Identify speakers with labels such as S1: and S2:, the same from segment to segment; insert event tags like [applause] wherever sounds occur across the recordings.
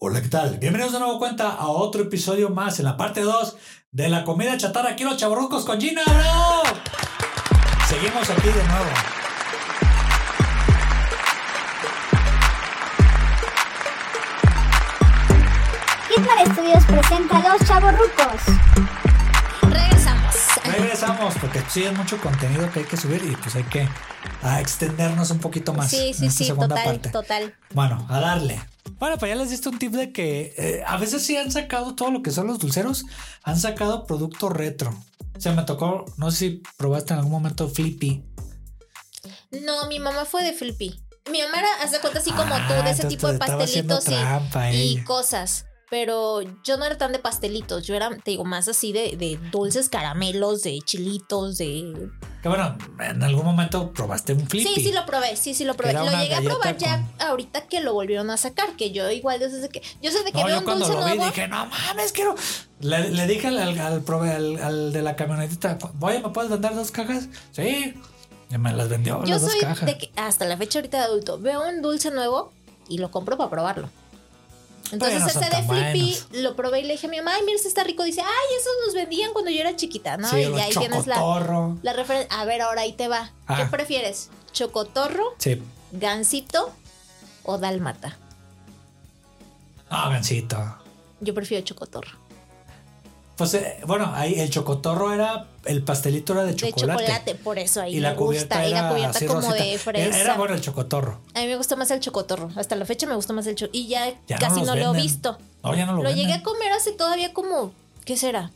S1: Hola, ¿qué tal? Bienvenidos de nuevo cuenta a otro episodio más en la parte 2 de la comida chatarra aquí en los chavorrucos con Gina. ¡Bravo! Seguimos aquí de nuevo.
S2: Hitman Studios presenta a Los Chavorrucos.
S3: Regresamos.
S1: Regresamos porque sí es mucho contenido que hay que subir y pues hay que ah, extendernos un poquito más.
S3: Sí,
S1: en
S3: sí,
S1: esta
S3: sí,
S1: segunda
S3: total,
S1: parte.
S3: total.
S1: Bueno, a darle. Bueno, pues ya les diste un tip de que eh, a veces sí han sacado todo lo que son los dulceros, han sacado producto retro. Se me tocó, no sé si probaste en algún momento Flippy.
S3: No, mi mamá fue de Flippy. Mi mamá era, haz de cuenta, así como
S1: Ah,
S3: tú, de ese
S1: entonces
S3: tipo
S1: te
S3: de
S1: estaba haciendo
S3: pastelitos y,
S1: trampa,
S3: y
S1: ella.
S3: cosas. Pero yo no era tan de pastelitos, yo era, te digo, más así de, de dulces caramelos, de chilitos, de...
S1: Que bueno, en algún momento probaste un Flippy.
S3: Sí, sí lo probé, sí, sí lo probé.
S1: Era
S3: Lo
S1: una
S3: llegué a
S1: galleta
S3: probar ya
S1: con-
S3: ahorita que lo volvieron a sacar, que yo igual desde que... Yo sé de que
S1: No,
S3: veo
S1: yo
S3: un
S1: cuando
S3: dulce
S1: lo vi
S3: nuevo...
S1: dije, no mames, quiero. Le, le dije al, al, al prove- al- al de la camionetita, oye, ¿me puedes vender dos cajas? Sí. Y me las vendió
S3: Yo
S1: las dos
S3: soy
S1: cajas.
S3: de que hasta la fecha ahorita de adulto veo un dulce nuevo y lo compro para probarlo. Entonces
S1: no son
S3: ese de
S1: tan
S3: Flippy
S1: buenos.
S3: lo probé y le dije a mi mamá, ay, mira, ese está rico. Dice, ay, esos nos vendían cuando yo era chiquita, ¿no?
S1: sí,
S3: y
S1: los
S3: ahí tienes la,
S1: chocotorro.
S3: la referencia. A ver, ahora ahí te va. ¿Qué
S1: Ah.
S3: prefieres? ¿Chocotorro,
S1: Sí.
S3: gansito o dálmata?
S1: No, gancito.
S3: Yo prefiero chocotorro.
S1: Pues eh, bueno, ahí el chocotorro era, el pastelito era de chocolate.
S3: De chocolate, por eso ahí
S1: Y la
S3: me gusta.
S1: cubierta
S3: Y
S1: era
S3: la cubierta
S1: así
S3: como
S1: rosita.
S3: de
S1: Era-
S3: fresa.
S1: Era bueno el chocotorro.
S3: A mí me gusta más el chocotorro. Hasta la fecha me gusta más el chocotorro. Y ya,
S1: Ya
S3: casi
S1: los
S3: no lo he
S1: venden.
S3: visto.
S1: No, ya no lo,
S3: Lo,
S1: venden.
S3: llegué a comer hace todavía como, ¿qué será?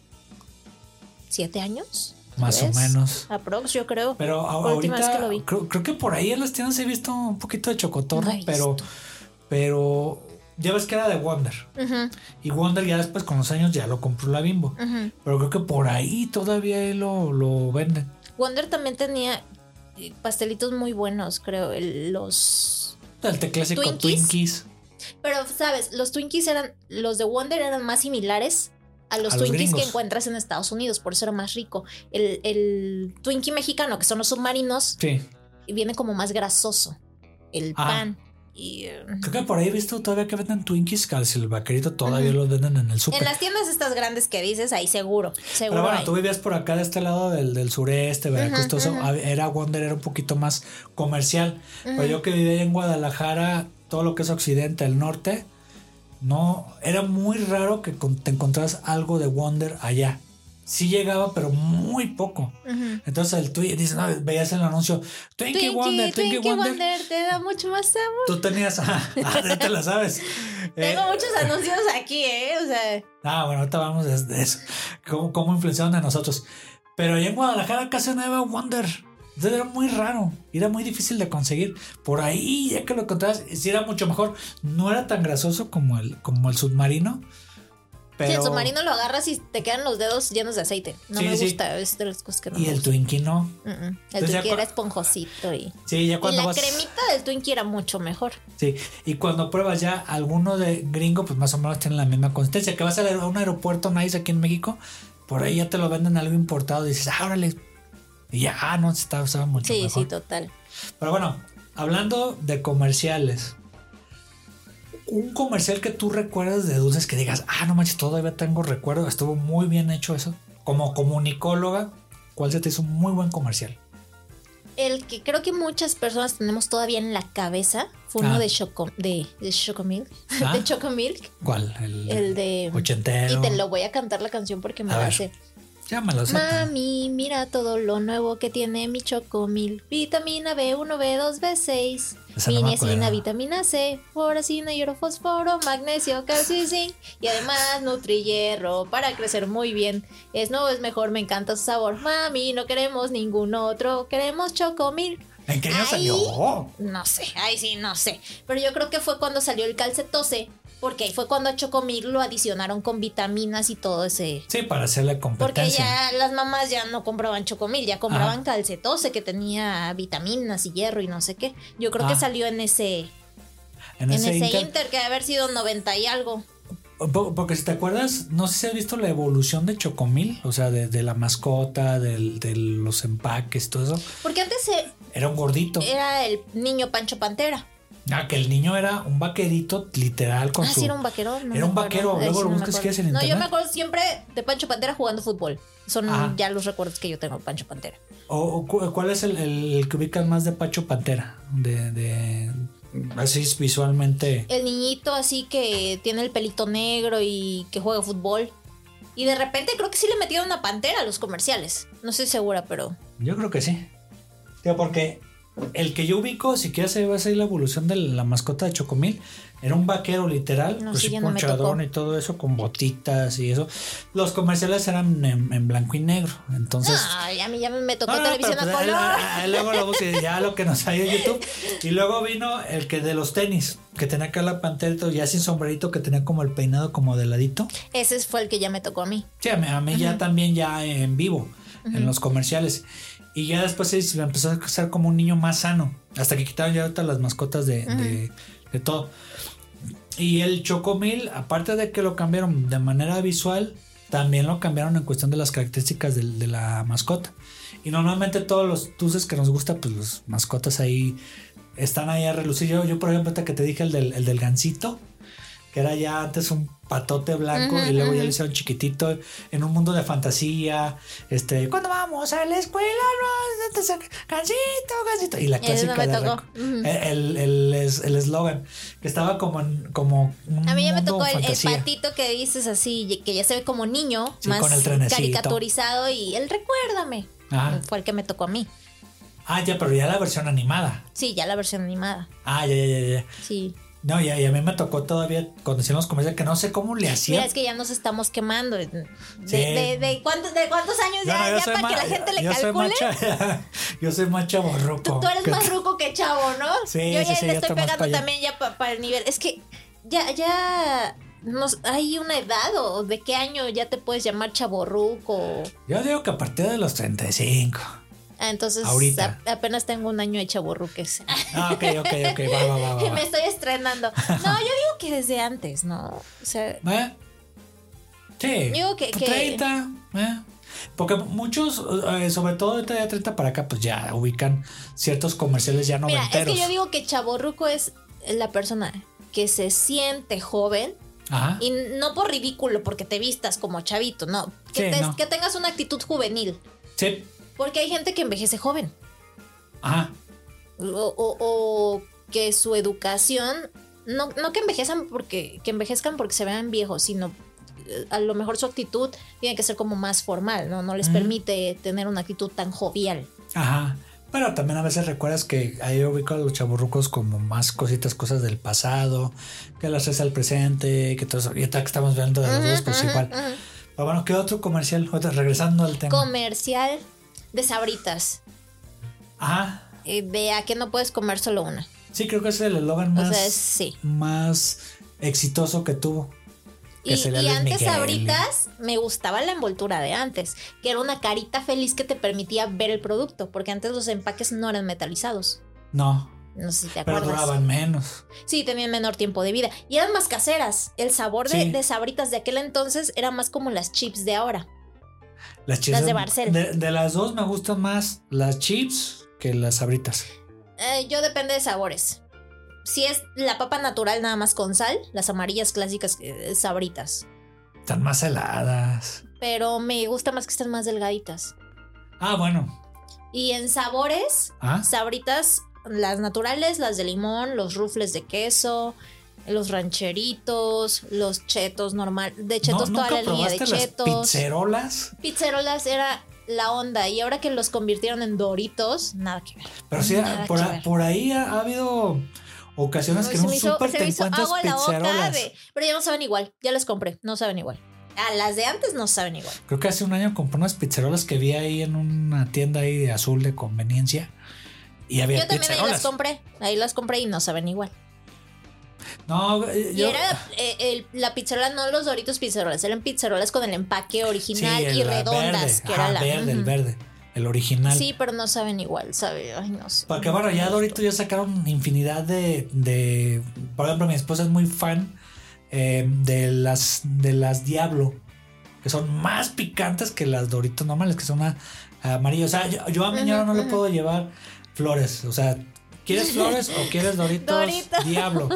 S3: ¿Siete años?
S1: Más o
S3: ¿Ves?
S1: menos.
S3: Aprox, yo creo.
S1: Pero a-
S3: La última
S1: ahorita
S3: vez que lo vi.
S1: Creo, creo que por ahí en las tiendas he visto un poquito de chocotorro,
S3: No he
S1: pero pero ya ves que era de Wonder.
S3: Ujú,
S1: Y Wonder ya después con los años ya lo compró la Bimbo.
S3: ujú.
S1: Pero creo que por ahí todavía lo, lo venden.
S3: Wonder también tenía eh, pastelitos muy buenos, creo. el- Los.
S1: El te clásico
S3: Twinkies.
S1: Twinkies.
S3: Pero, ¿sabes? Los Twinkies eran. Los de Wonder eran más similares a los
S1: A los
S3: Twinkies que
S1: gringos.
S3: encuentras en Estados Unidos. Por eso era más rico. El, el Twinkie mexicano, que son los submarinos,
S1: Sí.
S3: viene como más grasoso. El
S1: Ah.
S3: pan. Y. eh,
S1: Creo que por ahí he visto todavía que venden Twinkies, casi el vaquerito todavía
S3: Ujú.
S1: lo venden en el
S3: En
S1: súper.
S3: las tiendas estas grandes que dices, ahí seguro, seguro
S1: Pero bueno,
S3: hay.
S1: tú vivías por acá de este lado del, del sureste, Veracruz,
S3: Ujú,
S1: todo eso.
S3: ujú.
S1: A- Era Wonder, era un poquito más comercial. Pero
S3: Ujú.
S1: yo que vivía ahí en Guadalajara, todo lo que es occidente, el norte, no, era muy raro que con- te encontraras algo de Wonder allá. Sí llegaba, pero muy poco.
S3: Ujú.
S1: Entonces el tweet dice, no, veías el anuncio, Twinkie,
S3: Twinkie,
S1: Wonder, Twinkie, Wonder.
S3: te da mucho más amor.
S1: Tú tenías, [laughs] ah, ah, ya te la sabes. Eh,
S3: Tengo muchos anuncios aquí, ¿eh? O sea,
S1: Ah, bueno, ahorita vamos de, de eso. ¿Cómo, cómo influenciaron a nosotros. Pero allá en Guadalajara casi no había Wonder. Entonces era muy raro. y Era muy difícil de conseguir. Por ahí, ya que lo encontrabas, sí era mucho mejor. No era tan grasoso como el, como el submarino. Pero,
S3: si el submarino lo agarras y te quedan los dedos llenos de aceite. No
S1: Sí,
S3: me
S1: sí.
S3: gusta, es de las cosas que no
S1: Y
S3: me
S1: el
S3: gusta.
S1: Twinkie no.
S3: Mm, mm. El
S1: Entonces, ya
S3: Twinkie era
S1: cua-
S3: esponjosito y,
S1: Sí, ya
S3: y
S1: cuando
S3: la
S1: vas.
S3: cremita del Twinkie era mucho mejor.
S1: Sí, y cuando pruebas ya alguno de gringo, pues más o menos tienen la misma consistencia. Que vas al aer- a un aeropuerto nice aquí en México, por ahí ya te lo venden algo importado. Dices, ah, órale. Y ya, ah, no, estaba, estaba mucho
S3: Sí,
S1: mejor.
S3: sí, total.
S1: Pero bueno, hablando de comerciales, un comercial que tú recuerdas de dulces que digas, ah, no manches, todavía tengo recuerdo, estuvo muy bien hecho eso. Como comunicóloga, ¿cuál se te hizo un muy buen comercial?
S3: El que creo que muchas personas tenemos todavía en la cabeza fue uno
S1: Ah.
S3: de, Choco, de, de Chocomilk.
S1: Ah.
S3: [laughs] De Chocomilk.
S1: ¿Cuál? El,
S3: El de.
S1: ochentero.
S3: Y te lo voy a cantar la canción porque me
S1: A
S3: la
S1: ver.
S3: sé.
S1: Ya me lo sé.
S3: Mami, mira todo lo nuevo que tiene mi chocomil. Vitamina B1, B2, B6.
S1: Esa no me
S3: Niacina,
S1: acuerdo.
S3: vitamina C, foracina, hierofosforo, magnesio, calcio y zinc. Y además nutri hierro para crecer muy bien. Es nuevo, es mejor, me encanta su sabor. Mami, no queremos ningún otro, queremos chocomil.
S1: ¿En qué año
S3: Ahí-
S1: salió?
S3: No sé, ahí sí, no sé. Pero yo creo que fue cuando salió el calcetose, porque ahí fue cuando a chocomil lo adicionaron con vitaminas y todo ese...
S1: Sí, para hacerle
S3: Porque
S1: competencia.
S3: ya las mamás ya no compraban chocomil, ya compraban calcetose que tenía vitaminas y hierro y no sé qué. Yo creo que
S1: Ah.
S3: salió en ese,
S1: en
S3: en
S1: ese
S3: ese
S1: inter-
S3: inter, que debe haber sido 90 y algo.
S1: Po- Porque si te acuerdas, no sé si has visto la evolución de Chocomil, o sea, de, de la mascota, del- de los empaques, todo eso.
S3: Porque antes eh,
S1: Era un gordito.
S3: era el niño Pancho Pantera.
S1: Ah, que el niño era un vaquerito literal con
S3: ah,
S1: su.
S3: sí, era un vaquero.
S1: era
S3: no me
S1: un vaquero,
S3: acuerdo. Ay,
S1: luego lo
S3: no me
S1: buscas,
S3: acuerdo.
S1: ¿quieres en
S3: No, yo me
S1: internet? Ah.
S3: acuerdo siempre de Pancho Pantera jugando fútbol. Son
S1: Ajá.
S3: ya los recuerdos que yo tengo de Pancho Pantera.
S1: O, o cu- ¿Cuál es el, el que ubican más de Pacho Pantera? De, de- así es visualmente.
S3: El niñito así que tiene el pelito negro y que juega fútbol. Y de repente creo que sí le metieron una pantera a los comerciales. No estoy segura, pero.
S1: Yo creo que sí. Tío, porque el que yo ubico, si quieres ahí va a ser la evolución de la mascota de Chocomil, era un vaquero literal,
S3: No,
S1: pues
S3: sí,
S1: sí,
S3: ya no me
S1: ponchadón
S3: tocó.
S1: y todo eso, con botitas y eso. Los comerciales eran en, en blanco y negro, entonces...
S3: Ay, a mí ya me tocó
S1: No, no,
S3: televisión
S1: pero,
S3: a
S1: pues, ahí-
S3: color.
S1: ahí- ahí luego lo busqué, ya lo que nos salió en YouTube. Y luego vino el que de los tenis, que tenía acá la pantera y todo, ya sin sombrerito, que tenía como el peinado como de ladito.
S3: Ese fue el que ya me tocó a mí.
S1: Sí, a mí, a mí ya también ya en vivo, en los comerciales. Y ya después se se empezó a ser como un niño más sano. Hasta que quitaron ya ahorita las mascotas de, de- de todo. Y el Chocomil, aparte de que lo cambiaron de manera visual, también lo cambiaron en cuestión de las características del- de, la mascota. Y normalmente todos los tuces que nos gusta, pues las mascotas ahí están ahí a relucir. Yo, yo por ejemplo, ahorita que te dije el del, el del gancito, que era ya antes un patote blanco
S3: Ujú,
S1: y luego ya
S3: ujú.
S1: lo hicieron chiquitito en un mundo de fantasía. Este, cuando vamos a la escuela, no, te saca- gancito, gancito. Y la
S3: Ese
S1: clásica
S3: no me
S1: de
S3: tocó.
S1: Reco-
S3: Ujú.
S1: el, el, el es- el eslogan que estaba como en- como un
S3: A mí ya me
S1: mundo
S3: tocó el, el
S1: fantasía.
S3: patito que dices así, y- que ya se ve como niño,
S1: Sí,
S3: más
S1: con el trenecito.
S3: caricaturizado y el recuérdame.
S1: Ajá.
S3: Fue el que me tocó a mí.
S1: Ah, ya, pero ya la versión animada.
S3: Sí, ya la versión animada.
S1: Ah, ya, ya, ya, ya.
S3: Sí.
S1: No, ya, y a mí me tocó todavía cuando hicieron los comerciales que no sé cómo le
S3: Mira,
S1: hacían.
S3: es que ya nos estamos quemando. De,
S1: Sí.
S3: de- de cuántos, de cuántos años
S1: No,
S3: ya,
S1: no,
S3: ya para que la gente le
S1: yo soy
S3: calcule.
S1: más cha- [laughs] yo soy más chavorruco.
S3: Tú, tú eres
S1: que-
S3: más ruco que chavo, ¿no?
S1: Sí,
S3: Yo ya
S1: sí, sí,
S3: le
S1: ya
S3: estoy
S1: estoy más
S3: pegando
S1: pa' allá.
S3: también ya para el nivel. Es que ya, ya nos, hay una edad o de qué año ya te puedes llamar chavo ruco.
S1: Yo digo que a partir de los 35.
S3: Ah, entonces
S1: Ahorita.
S3: a- apenas tengo un año de [laughs] chaborruques.
S1: Ah, ok, ok, ok, va, va,
S3: [laughs]
S1: va, va, va.
S3: Me estoy estrenando.
S1: [laughs]
S3: No, yo digo que desde antes, ¿no? O sea,
S1: ¿Eh? Sí.
S3: Digo que- que-
S1: 30. ¿eh? Porque muchos, eh, sobre todo ahorita de 30 para acá, pues ya ubican ciertos comerciales ya
S3: mira, es
S1: noventeros.
S3: que yo digo que chaborruco es la persona que se siente joven
S1: Ajá.
S3: y no por ridículo porque te vistas como chavito, no. Que,
S1: Sí,
S3: te-
S1: no.
S3: que tengas una actitud juvenil.
S1: Sí.
S3: Porque hay gente que envejece joven.
S1: Ajá.
S3: O, o- o que su educación. No, no que envejezcan porque. que envejezcan porque se vean viejos, sino eh, a lo mejor su actitud tiene que ser como más formal, ¿no? No les
S1: Ujú.
S3: permite tener una actitud tan jovial.
S1: Ajá. Pero también a veces recuerdas que ahí ubico a los chaburrucos como más cositas, cosas del pasado, que las haces al presente, que todo eso. Y ahorita que estamos viendo de los dos, pues
S3: Ujú,
S1: igual.
S3: ujú, ujú.
S1: Pero bueno, ¿qué otro comercial? Otra, regresando al tema.
S3: Comercial de sabritas.
S1: Ajá.
S3: eh, De a que no puedes comer solo una.
S1: Sí, creo que ese es el eslogan
S3: O
S1: más,
S3: sea, es- sí.
S1: más exitoso que tuvo.
S3: Y,
S1: Que sería
S3: y
S1: Luis
S3: antes
S1: Miguel.
S3: sabritas me gustaba la envoltura de antes, que era una carita feliz que te permitía ver el producto, porque antes los empaques no eran metalizados.
S1: No,
S3: No sé si te
S1: pero
S3: acuerdas.
S1: duraban menos.
S3: Sí, tenían menor tiempo de vida. Y eran más caseras. El sabor de,
S1: Sí.
S3: de sabritas de aquel entonces era más como las chips de ahora.
S1: Las chips.
S3: Las de Barcel.
S1: De, de las dos me gustan más las chips que las sabritas.
S3: Eh, yo depende de sabores. Si es la papa natural nada más con sal, las amarillas clásicas eh, sabritas.
S1: Están más heladas.
S3: Pero me gusta más que estén más delgaditas.
S1: Ah, bueno.
S3: Y en sabores,
S1: Ah,
S3: sabritas, las naturales, las de limón, los rufles de queso, los rancheritos, los chetos normal, de chetos
S1: ¿No-
S3: toda la
S1: ¿Nunca
S3: línea de
S1: probaste las
S3: chetos.
S1: pizzerolas?
S3: Pizzerolas era la onda y ahora que los convirtieron en doritos, nada que ver.
S1: Pero sí,
S3: Nada
S1: por,
S3: que
S1: a-
S3: ver.
S1: por ahí ha, ha habido ocasiones que
S3: Se
S1: en un
S3: me hizo-
S1: súper
S3: se
S1: te
S3: me hizo
S1: encuentras
S3: agua en la boca
S1: pizzerolas.
S3: de- pero ya no saben igual, ya las compré, no saben igual. A las de antes no saben igual.
S1: Creo que hace un año compré unas pizzerolas que vi ahí en una tienda ahí de azul de conveniencia. Y había
S3: Yo también ahí las
S1: pizzerolas.
S3: compré, ahí las compré y no saben igual.
S1: No, eh,
S3: Y
S1: yo-
S3: era eh, el- la pizzerola, no los doritos pizzerolas, eran pizzerolas con el empaque original
S1: el
S3: y redondas,
S1: verde.
S3: que era
S1: Ajá,
S3: la
S1: verde, el
S3: ujú.
S1: verde, el original.
S3: Sí, pero no saben igual, sabe, ay no sé.
S1: Porque bueno, ya ahorita ya sacaron infinidad de, de- Por ejemplo, mi esposa es muy fan eh, de las de las Diablo, que son más picantes que las Doritos normales, que son a- amarillas. O sea, yo, yo a mi
S3: Ujú,
S1: señora no le
S3: ujú.
S1: puedo llevar flores, o sea,
S3: [laughs]
S1: ¿Quieres flores o quieres Doritos?
S3: Doritos.
S1: Diablo.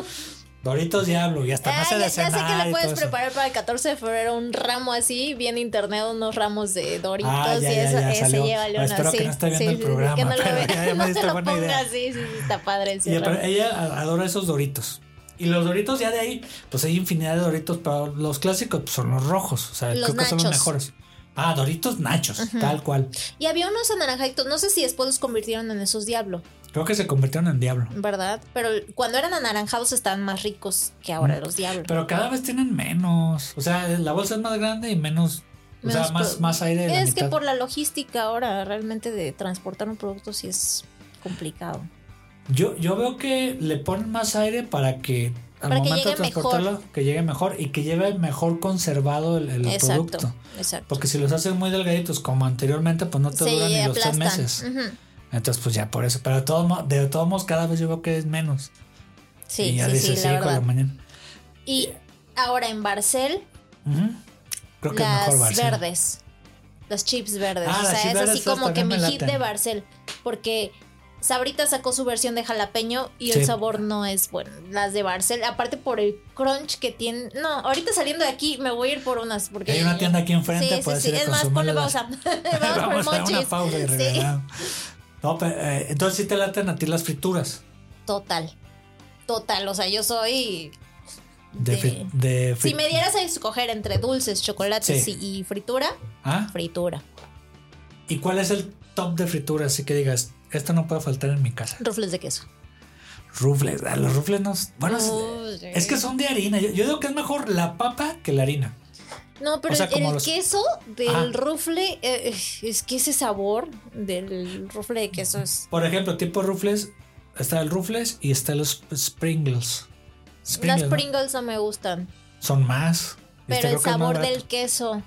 S1: Doritos Diablo. Y hasta más
S3: Ah,
S1: se
S3: ya,
S1: de
S3: ya sé que
S1: cenar
S3: le
S1: y
S3: puedes
S1: todo eso.
S3: preparar para el 14 de febrero un ramo así, bien internado, unos ramos de Doritos
S1: Ah, ya,
S3: y
S1: ya,
S3: eso,
S1: ya,
S3: ese
S1: salió.
S3: llévale
S1: Ah,
S3: uno.
S1: espero que
S3: sí,
S1: no esté viendo
S3: sí,
S1: el
S3: sí, sí,
S1: programa,
S3: que no lo
S1: pero
S3: vea.
S1: ya-
S3: [laughs]
S1: ya me
S3: No
S1: diste
S3: te lo
S1: buena idea.
S3: pongas, sí, sí, sí, está padre ese
S1: Y eh.
S3: ramo.
S1: apar- ella a- adora esos Doritos. Y los Doritos ya de ahí, pues hay infinidad de Doritos, pero los clásicos pues, son los rojos, o sea,
S3: Los
S1: creo que son los
S3: nachos.
S1: mejores. Ah, Doritos Nachos, tal cual.
S3: Y había unos anaranjaditos, no sé si después los convirtieron en esos diablo,
S1: Creo que se convirtieron en diablo.
S3: ¿verdad? Pero cuando eran anaranjados estaban más ricos que
S1: Mm,
S3: ahora los diablos.
S1: Pero cada vez tienen menos. O sea, la bolsa es más grande y menos. O
S3: Menos
S1: sea, más,
S3: pro-
S1: más aire. de la
S3: es que
S1: mitad.
S3: por la logística ahora realmente de transportar un producto sí es complicado.
S1: Yo, yo veo que le ponen más aire para que al
S3: Para que
S1: momento de
S3: llegue mejor.
S1: transportarlo, que llegue mejor y que lleve mejor conservado el, el
S3: exacto,
S1: producto.
S3: exacto.
S1: Porque si los hacen muy delgaditos como anteriormente, pues no te duran ni los tres meses.
S3: Ujú.
S1: Entonces, pues ya por eso. Pero de todos, mo- de todos modos, cada vez yo veo que es menos.
S3: Sí,
S1: y ya
S3: sí,
S1: dices,
S3: sí,
S1: sí,
S3: la
S1: hijo de la
S3: verdad.
S1: mañana.
S3: Y ahora en Barcel,
S1: Ujú. Creo que es
S3: las
S1: mejor Barcel.
S3: verdes. Los chips verdes.
S1: Ah,
S3: o
S1: las
S3: sea,
S1: chips
S3: es así
S1: verdes,
S3: como
S1: esas
S3: que mi
S1: también me
S3: hit
S1: laten.
S3: de Barcel. Porque Sabrita sacó su versión de jalapeño y
S1: Sí.
S3: el sabor no es bueno. Las de Barcel, aparte por el crunch que tienen. No, ahorita saliendo de aquí me voy a ir por unas. Porque
S1: Hay una tienda aquí enfrente,
S3: Sí, sí,
S1: puedes
S3: sí.
S1: ir a
S3: Es más, ponle
S1: consumírselas. [laughs]
S3: pausa. [laughs] Vamos
S1: Vamos
S3: por
S1: a una
S3: mochis.
S1: pausa y
S3: Sí.
S1: regresamos. No, pero, eh, entonces sí te laten a ti las frituras
S3: Total. Total. O sea, yo soy.
S1: de,
S3: De-
S1: fri- de fri-
S3: Si me dieras a escoger entre dulces, chocolates
S1: Sí.
S3: y y fritura,
S1: ¿Ah?
S3: fritura.
S1: ¿Y cuál es el top de frituras? Así que digas, esto no puede faltar en mi casa.
S3: Rufles de queso.
S1: Rufles, ah, los rufles no. Bueno, es-
S3: Uy, sí.
S1: es, que son de harina. Yo, yo digo que es mejor la papa que la harina.
S3: No, pero
S1: O sea,
S3: el-
S1: como
S3: el
S1: los-
S3: queso del
S1: Ajá.
S3: rufle, eh, es que ese sabor del rufle de queso es...
S1: Por ejemplo, tipo rufles, está el rufles y está los Springles. Springles,
S3: Las
S1: ¿no?
S3: Pringles no me gustan,
S1: Son más. Este, creo
S3: pero
S1: que
S3: el
S1: es más
S3: sabor
S1: barato.
S3: del queso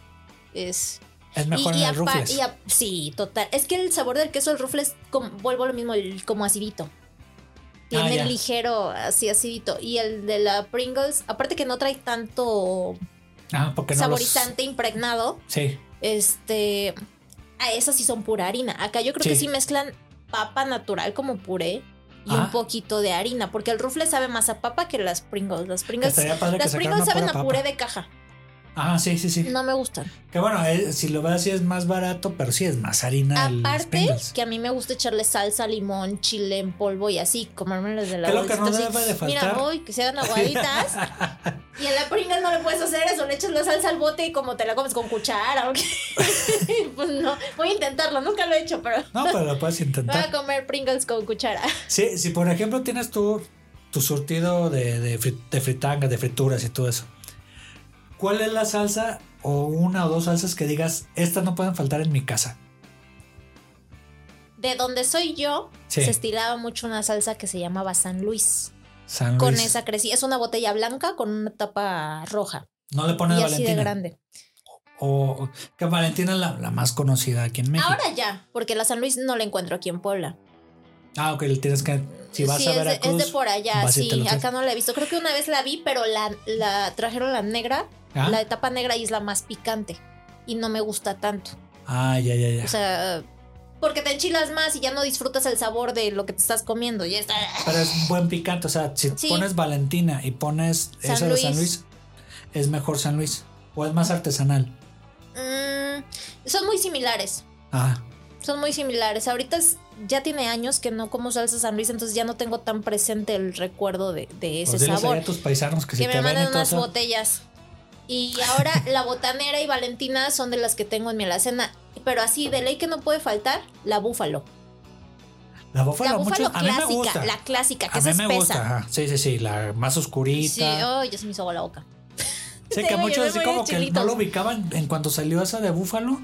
S3: es...
S1: Es mejor en el
S3: apa-
S1: rufles.
S3: y a- sí, total. Es que el sabor del queso del rufle es, como- vuelvo a lo mismo, el- como acidito. Tiene
S1: Ah, ya.
S3: ligero, así acidito. Y el de la Pringles, aparte que no trae tanto
S1: Ah, porque no los-
S3: saborizante impregnado,
S1: Sí.
S3: Este. A esas sí son pura harina. Acá yo creo que
S1: Sí.
S3: sí mezclan papa natural como puré y
S1: Ah.
S3: un poquito de harina. Porque el rufle sabe más a papa que las Pringles. Las Pringles,
S1: Estaría padre que
S3: las
S1: sacaran
S3: Pringles
S1: una
S3: saben
S1: pura
S3: a
S1: papa.
S3: puré de caja.
S1: Ah, sí, sí, sí.
S3: No me gustan.
S1: Que bueno, eh, si lo ves así es más barato, pero sí es más harina Ah, el
S3: Aparte,
S1: Pringles.
S3: que a mí me gusta echarle salsa, limón, chile en polvo y así, comérmelos de la
S1: Que lo que
S3: bolsita.
S1: no
S3: así.
S1: debe de
S3: Mira,
S1: faltar.
S3: voy, que se hagan
S1: [laughs]
S3: aguaditas. y en la Pringles no le puedes hacer eso. Le echas la salsa al bote y como te la comes con cuchara. ¿o qué? [laughs] pues no, voy a intentarlo. Nunca lo he hecho, pero.
S1: No, pero lo puedes
S3: Voy a
S1: intentar.
S3: comer Pringles con cuchara.
S1: Sí, si por ejemplo tienes tu, tu surtido de, de, fri- de fritangas, de frituras y todo eso, ¿cuál es la salsa o una o dos salsas que digas, estas no pueden faltar en mi casa?
S3: De donde soy yo,
S1: Sí.
S3: se estilaba mucho una salsa que se llamaba San Luis.
S1: San
S3: Con
S1: Luis.
S3: esa crecí. Es una botella blanca con una tapa roja.
S1: No le
S3: Y
S1: pones
S3: así de
S1: Valentina.
S3: grande.
S1: O o- que Valentina es la, la más conocida aquí en México.
S3: Ahora ya, porque la San Luis no la encuentro aquí en Puebla.
S1: Ah, ok, le tienes que. Si vas
S3: Sí,
S1: a
S3: es, de,
S1: Veracruz.
S3: es de por allá,
S1: vas y te
S3: sí.
S1: lo traes.
S3: Acá no la he visto. Creo que una vez la vi, pero la, la trajeron la negra,
S1: ¿Ah?
S3: la de tapa negra y es la más picante. Y no me gusta tanto.
S1: Ah, ya, ya, ya.
S3: O sea, porque te enchilas más y ya no disfrutas el sabor de lo que te estás comiendo. Ya está.
S1: Pero es buen picante. O sea, si
S3: Sí.
S1: pones Valentina y pones
S3: San
S1: esa de San
S3: Luis.
S1: Luis, es mejor San Luis. O es más artesanal.
S3: Mm, son muy similares.
S1: Ah,
S3: Son muy similares. Ahorita es- ya tiene años que no como salsa San Luis, entonces ya no tengo tan presente el recuerdo de, de ese
S1: pues diles ahí
S3: sabor.
S1: a tus paisanos que,
S3: Que
S1: si
S3: me
S1: te ven y
S3: mandan
S1: todo
S3: unas
S1: eso.
S3: botellas. Y ahora la botanera y Valentina son de las que tengo en mi alacena. Pero así, de ley que no puede faltar, la búfalo.
S1: La búfalo,
S3: la búfalo
S1: mucho, a mí me
S3: clásica,
S1: gusta.
S3: la clásica, que
S1: a
S3: esa
S1: mí
S3: es
S1: me gusta.
S3: espesa.
S1: ajá. Sí, sí, sí. La más oscurita.
S3: Sí, oh, ya se me hizo agua la boca.
S1: Sí,
S3: Te
S1: que
S3: digo, yo
S1: muchos
S3: me
S1: así
S3: voy de
S1: como que no
S3: chilitos.
S1: lo ubicaban en cuanto salió esa de búfalo.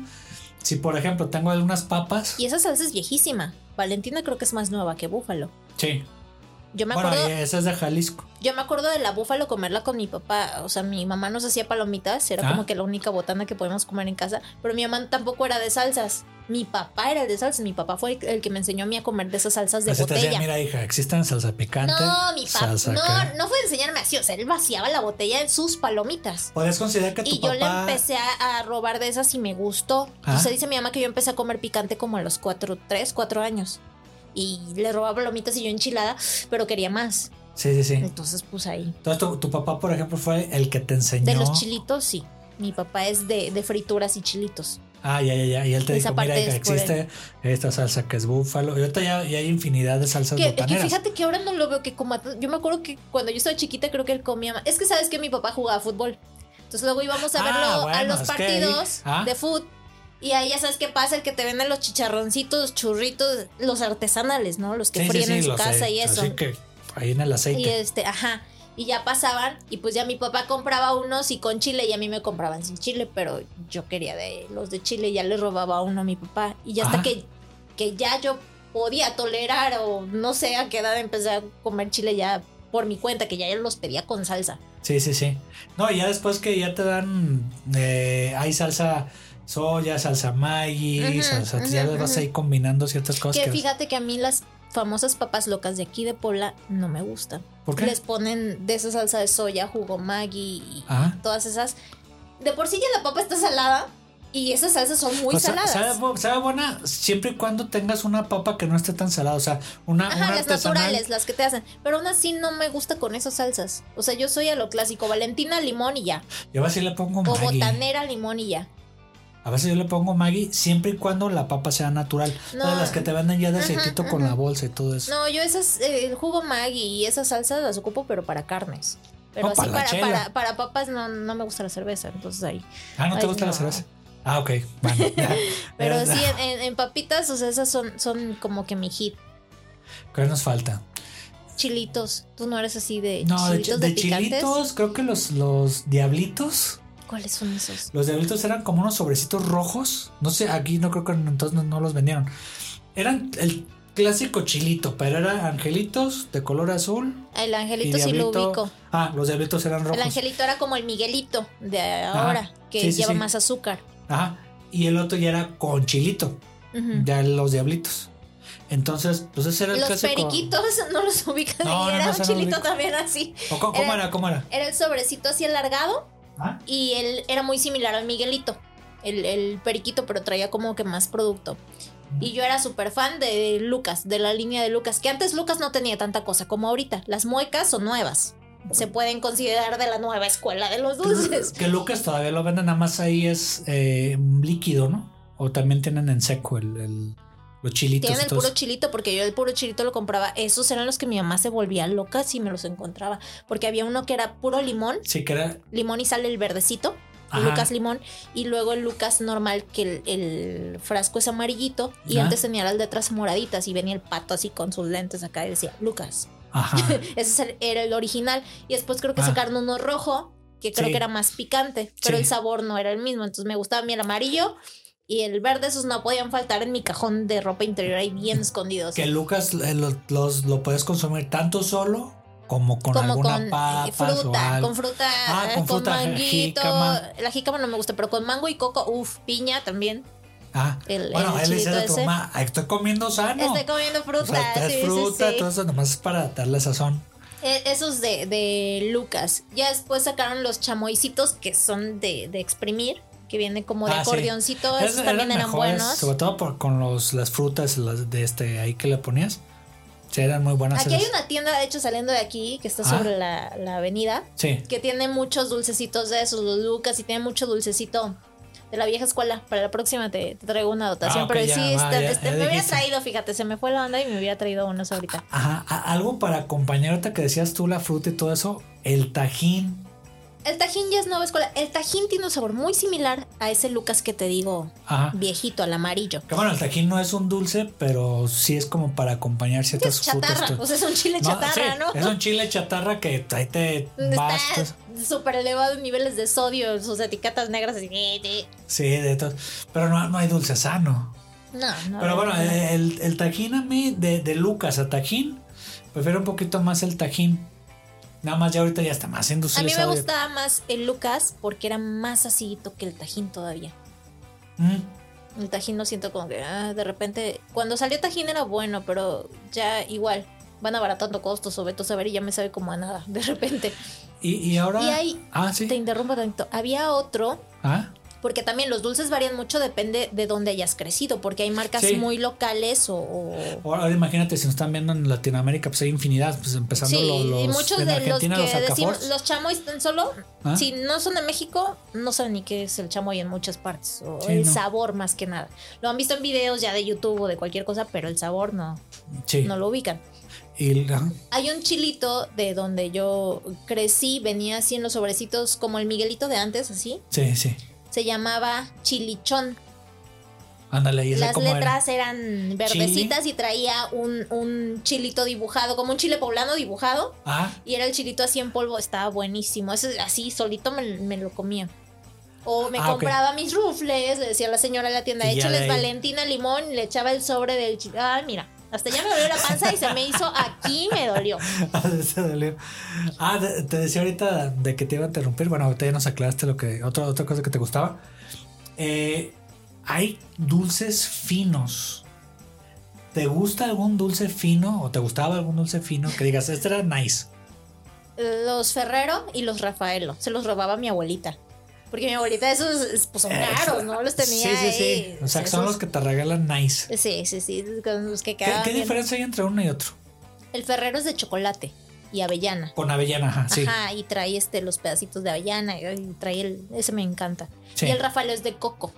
S1: Si, por ejemplo, tengo algunas papas.
S3: Y esa salsa es viejísima. Valentina creo que es más nueva que búfalo.
S1: Sí.
S3: Yo me
S1: Bueno,
S3: acuerdo.
S1: y esa es de Jalisco.
S3: Yo me acuerdo de la búfalo comerla con mi papá. O sea, mi mamá nos hacía palomitas, era
S1: Ah.
S3: como que la única botana que podíamos comer en casa. Pero mi mamá tampoco era de salsas. Mi papá era el de salsas. Mi papá fue el, el que me enseñó a mí a comer de esas salsas de
S1: Así te decía,
S3: botella.
S1: mira, hija, existen salsa picante.
S3: no, mi papá.
S1: salsa acá".
S3: No, no fue enseñarme así. O sea, él vaciaba la botella en sus palomitas.
S1: Podrías considerar que tu
S3: Y yo le
S1: papá.
S3: empecé a, a robar de esas y me gustó.
S1: Ah.
S3: Entonces dice mi mamá que yo empecé a comer picante como a los 4, 3, 4 años. y le robaba palomitas y yo enchilada, pero quería más.
S1: Sí, sí, sí.
S3: Entonces, pues ahí.
S1: Entonces, tu, tu papá, por ejemplo, fue el que te enseñó.
S3: De los chilitos, sí. Mi papá es de, de frituras y chilitos.
S1: Ah, ya, ya, ya. Y él te
S3: Esa
S1: dijo,
S3: parte
S1: mira,
S3: es
S1: que
S3: por
S1: existe esta salsa que es búfalo. Y ahorita ya, ya hay infinidad de salsas
S3: Que, que
S1: botaneras.
S3: fíjate que ahora no lo veo que coma. tan- Yo me acuerdo que cuando yo estaba chiquita, creo que él comía más. Es que sabes que mi papá jugaba fútbol. Entonces luego íbamos a
S1: Ah,
S3: verlo a
S1: bueno,
S3: los
S1: es que ahí-
S3: partidos
S1: ah.
S3: de fútbol. Y ahí ya sabes qué pasa, el que te venden los chicharroncitos, churritos, los artesanales, ¿no? Los que
S1: Sí, sí,
S3: fríen
S1: sí,
S3: en su
S1: lo sé.
S3: casa y eso.
S1: Así que ahí en el
S3: Y
S1: aceite.
S3: este, ajá. Y ya pasaban, y pues ya mi papá compraba unos y con chile, y a mí me compraban sin chile, pero yo quería de los de chile, ya le robaba uno a mi papá. Y ya hasta
S1: Ah.
S3: que, que ya yo podía tolerar, o no sé a qué edad empecé a comer chile ya por mi cuenta, que ya yo los pedía con salsa.
S1: Sí, sí, sí. No, y ya después que ya te dan. eh, hay salsa soya, salsa Maggi,
S3: Ujú,
S1: salsa. ya
S3: ujú,
S1: les vas
S3: ujú.
S1: ahí combinando ciertas cosas.
S3: que
S1: que-
S3: fíjate que a mí las famosas papas locas de aquí de Puebla no me gustan.
S1: ¿Por qué?
S3: Les ponen de esa salsa de soya, jugo Maggi y
S1: Ajá.
S3: todas esas. De por sí ya la papa está salada y esas salsas son muy
S1: O sea,
S3: saladas.
S1: Pues, Sabe, bu- sabe buena siempre y cuando tengas una papa que no esté tan salada. O sea, una,
S3: Ajá,
S1: una
S3: las
S1: artesanal.
S3: naturales, las que te hacen. Pero aún así no me gusta con esas salsas. O sea, yo soy a lo clásico, Valentina, limón y ya.
S1: Yo a veces le pongo
S3: O
S1: Maggi.
S3: botanera, limón y ya.
S1: A veces yo le pongo Maggi siempre y cuando la papa sea natural.
S3: No.
S1: Todas las que te venden ya de
S3: Ajá,
S1: aceitito con
S3: ajá.
S1: la bolsa y todo eso.
S3: No, yo esas, eh, el jugo Maggi y esas salsas las ocupo, pero para carnes. Pero
S1: O
S3: así
S1: para Oh, la
S3: para,
S1: chela.
S3: para, para papas no, no me gusta la cerveza, entonces ahí.
S1: ah, ¿no te
S3: ay,
S1: gusta la
S3: no.
S1: cerveza? Ah, ok. Bueno, ya.
S3: [laughs] Pero
S1: Ya,
S3: sí, eh, en, en- en papitas, o sea, esas son, son como que mi hit.
S1: ¿Qué nos falta?
S3: Chilitos. Tú no eres así de
S1: No, de,
S3: chilitos
S1: chi-
S3: de,
S1: de
S3: picantes.
S1: chilitos, creo que los, los diablitos.
S3: ¿Cuáles son esos?
S1: Los diablitos eran como unos sobrecitos rojos. No sé, aquí no creo que entonces no, no los vendieron. Eran el clásico chilito, pero eran angelitos de color azul.
S3: El
S1: y
S3: angelito sí lo
S1: diablito-
S3: ubico.
S1: Ah, los diablitos eran
S3: El
S1: rojos.
S3: angelito era como el Miguelito de ahora, que
S1: sí, sí,
S3: lleva
S1: sí.
S3: más azúcar.
S1: Ajá. Y el otro ya era con chilito.
S3: Ujú.
S1: Ya los diablitos. Entonces, pues ese era el
S3: Los
S1: clásico.
S3: periquitos [laughs] no los ubicas.
S1: No,
S3: y
S1: no,
S3: era
S1: no,
S3: un
S1: se no
S3: chilito
S1: ubico.
S3: también así.
S1: ¿O co- ¿Cómo
S3: Era-
S1: era? ¿Cómo era?
S3: Era el sobrecito así alargado
S1: ¿Ah?
S3: y él era muy similar al Miguelito. El, el periquito, pero traía como que más producto. Y yo era súper fan de Lucas, de la línea de Lucas, que antes Lucas no tenía tanta cosa como ahorita. Las muecas son nuevas. Se pueden considerar de la nueva escuela de
S1: [laughs]
S3: los dulces.
S1: Que Lucas todavía lo venden, nada más ahí es eh, líquido, ¿no? O también tienen en seco el, el- los chilitos.
S3: Tienen el
S1: entonces-
S3: puro chilito, porque yo el puro chilito lo compraba. Esos eran los que mi mamá se volvía loca si me los encontraba. Porque había uno que era puro limón,
S1: sí, que era.
S3: limón y sale el verdecito, el
S1: Ajá.
S3: Lucas limón, y luego el Lucas normal, que el, el frasco es amarillito, y
S1: Ajá.
S3: antes tenía las letras moraditas, y venía el pato así con sus lentes acá y decía Lucas. [laughs]
S1: Ajá.
S3: Ese es el- era el original. Y después creo que
S1: Ah.
S3: sacaron uno rojo, que creo
S1: Sí.
S3: que era más picante, pero
S1: Sí.
S3: el sabor no era el mismo. Entonces me gustaba a mí el amarillo. Y el verde, esos no podían faltar en mi cajón de ropa interior ahí
S1: [laughs]
S3: bien escondidos.
S1: Que Lucas eh, lo, los, lo puedes consumir tanto solo como con
S3: como
S1: alguna
S3: con
S1: papa.
S3: eh, fruta,
S1: algo.
S3: con fruta,
S1: Ah,
S3: eh,
S1: con
S3: con,
S1: fruta,
S3: manguito.
S1: jícama.
S3: La jícama no me gusta, pero con mango y coco, uff, piña también.
S1: Ah,
S3: el-
S1: bueno,
S3: el
S1: él le decía a
S3: chilito
S1: tu
S3: ese.
S1: mamá, "Ay, estoy comiendo sano.
S3: Estoy comiendo
S1: O sea,
S3: fruta,
S1: traes
S3: sí, sí,
S1: fruta,
S3: sí.
S1: todo eso nomás es para darle sazón.
S3: Eh, Esos de, de Lucas. Ya después sacaron los chamoisitos que son de, de exprimir, que vienen como
S1: Ah,
S3: de
S1: sí.
S3: acordeoncito.
S1: Es-
S3: Esos también eran
S1: mejores,
S3: buenos.
S1: Sobre todo por- con los, las frutas las de este ahí que le ponías. Sí, eran muy buenas.
S3: Aquí hay
S1: esas.
S3: una tienda, de hecho, saliendo de aquí, que está
S1: Ah.
S3: sobre la, la avenida,
S1: Sí.
S3: que tiene muchos dulcecitos de esos, los Lucas, y tiene mucho dulcecito de la vieja escuela. Para la próxima te, te traigo una dotación.
S1: Ah, ok,
S3: pero
S1: ya,
S3: sí,
S1: va,
S3: está-
S1: ya,
S3: este-
S1: ya
S3: me hubiera
S1: dijiste.
S3: traído, fíjate, se me fue la onda y me hubiera traído unos ahorita.
S1: Ajá, a- algo para acompañar ahorita que decías tú la fruta y todo eso, el tajín.
S3: El tajín ya es nueva escuela. El tajín tiene un sabor muy similar a ese Lucas que te digo,
S1: Ajá.
S3: viejito, al amarillo.
S1: Que bueno, el tajín no es un dulce, pero sí es como para acompañar ciertas
S3: es chatarra,
S1: frutas. pues.
S3: o sea, es un chile chatarra,
S1: sí,
S3: ¿no?
S1: Es un chile chatarra que ahí te vas. pues,
S3: Está súper elevados niveles de sodio, sus etiquetas negras así. eh, eh.
S1: sí, de todo. Pero no, no hay dulce sano.
S3: No, no.
S1: Pero
S3: no,
S1: bueno, eh,
S3: no.
S1: el, el tajín a mí, de, de Lucas a tajín, prefiero un poquito más el tajín. Nada más ya ahorita ya está más
S3: a mí me
S1: industrializado.
S3: gustaba más el Lucas porque era más acidito que el Tajín todavía.
S1: Mm,
S3: El Tajín lo siento como que ah, de repente. Cuando salió Tajín era bueno, pero ya igual. Van abaratando costos o veto a saber y ya me sabe como a nada de repente.
S1: Y, y ahora...
S3: Y ahí
S1: ah, sí.
S3: te interrumpo tanto. Había otro
S1: Ah,
S3: Porque también los dulces varían mucho, depende de dónde hayas crecido, porque hay marcas
S1: Sí.
S3: muy locales o... o-
S1: Ahora, ahora imagínate si nos están viendo en Latinoamérica, pues hay infinidad, pues empezando
S3: Sí,
S1: lo- los,
S3: y muchos
S1: en
S3: de los que
S1: Argentina, los,
S3: decimos,
S1: alcaforts.
S3: los chamois tan solo,
S1: ¿Ah?
S3: si no son de México, no saben ni qué es el chamoy en muchas partes, o
S1: Sí,
S3: el
S1: no.
S3: sabor más que nada. Lo han visto en videos ya de YouTube o de cualquier cosa, pero el sabor no,
S1: Sí.
S3: no lo ubican.
S1: Y ah, el- ajá.
S3: Hay un chilito de donde yo crecí, venía así en los sobrecitos como el Miguelito de antes, así.
S1: sí, sí.
S3: Se llamaba chilichón.
S1: Ándale, y ese
S3: Las
S1: cómo era.
S3: letras eran verdecitas y traía un, un chilito dibujado, como un chile poblano dibujado.
S1: Ah,
S3: Y era el chilito así en polvo, estaba buenísimo. Ese así solito me, me lo comía. O me
S1: Ah, ok.
S3: compraba mis rufles, le decía la señora de la tienda,
S1: Y ya de
S3: échales
S1: ahí.
S3: Valentina limón, y le echaba el sobre del chile. Ah, mira, hasta ya me dolió la panza y se me hizo aquí, me dolió.
S1: [laughs] Te dolió. Ah, de- te decía ahorita de que te iba a interrumpir. Bueno, ahorita ya nos aclaraste lo que. Otra, otra cosa que te gustaba. Eh, hay dulces finos. ¿Te gusta algún dulce fino o te gustaba algún dulce fino que digas, este era nice?
S3: Los Ferrero y los Rafaelo. Se los robaba mi abuelita. Porque mi abuelita esos es, pues, son caros, ¿no? Los tenía.
S1: Eh, Sí, sí, sí.
S3: ahí.
S1: O sea, que son los
S3: Esos-
S1: que te regalan nice.
S3: Sí, sí, sí. Con los que
S1: ¿Qué,
S3: quedaban
S1: qué
S3: bien.
S1: diferencia hay entre uno y otro?
S3: El Ferrero es de chocolate y avellana.
S1: Con avellana, ajá, sí.
S3: Ajá, y trae este los pedacitos de avellana. eh, Y y trae el. Ese me encanta.
S1: sí.
S3: Y el Rafaelo es de coco.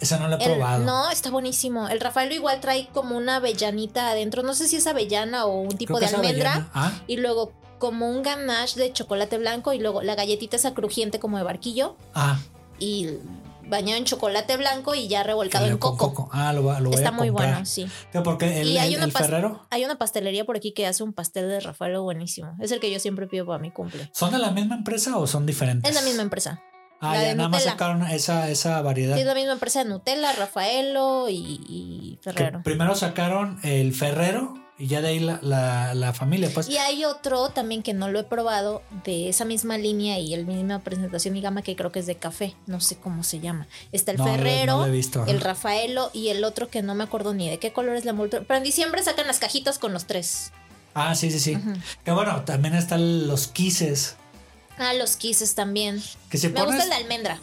S1: Esa no la he
S3: El-
S1: probado.
S3: no, está buenísimo. El Rafaelo igual trae como una avellanita adentro. No sé si es avellana o un tipo
S1: Creo que
S3: de
S1: es
S3: almendra.
S1: avellana. Ah,
S3: Y luego como un ganache de chocolate blanco. Y luego la galletita esa crujiente como de barquillo.
S1: ah.
S3: y bañado en chocolate blanco y ya revolcado en
S1: con
S3: coco.
S1: Ah, lo, va- lo voy
S3: Está
S1: a
S3: muy
S1: comprar.
S3: bueno, sí.
S1: Tío, Porque el,
S3: Y hay
S1: el-
S3: una
S1: el
S3: pas-
S1: Ferrero
S3: Hay una pastelería por aquí que hace un pastel de Rafaelo buenísimo. Es el que yo siempre pido para mi cumple.
S1: ¿Son de la misma empresa o son diferentes?
S3: Es la misma empresa.
S1: Ah,
S3: la
S1: ya,
S3: de
S1: nada más
S3: Nutella.
S1: sacaron esa, esa variedad.
S3: Es la misma empresa de Nutella, Rafaelo y, y
S1: Que
S3: Ferrero.
S1: primero sacaron el Ferrero y ya de ahí la, la- la familia, pues.
S3: Y hay otro también que no lo he probado de esa misma línea y el misma presentación y gama que creo que es de café. No sé cómo se llama. Está el
S1: No, no lo-
S3: Ferrero,
S1: no lo he visto,
S3: el
S1: ajá.
S3: Rafaelo y el otro que no me acuerdo ni de qué color es la envoltura. Pero en diciembre sacan las cajitas con los tres.
S1: Ah, sí, sí, sí.
S3: Ujú.
S1: Que bueno, también están los quises.
S3: Ah, los kisses también.
S1: Que si
S3: Me gusta
S1: pones.
S3: el de almendra.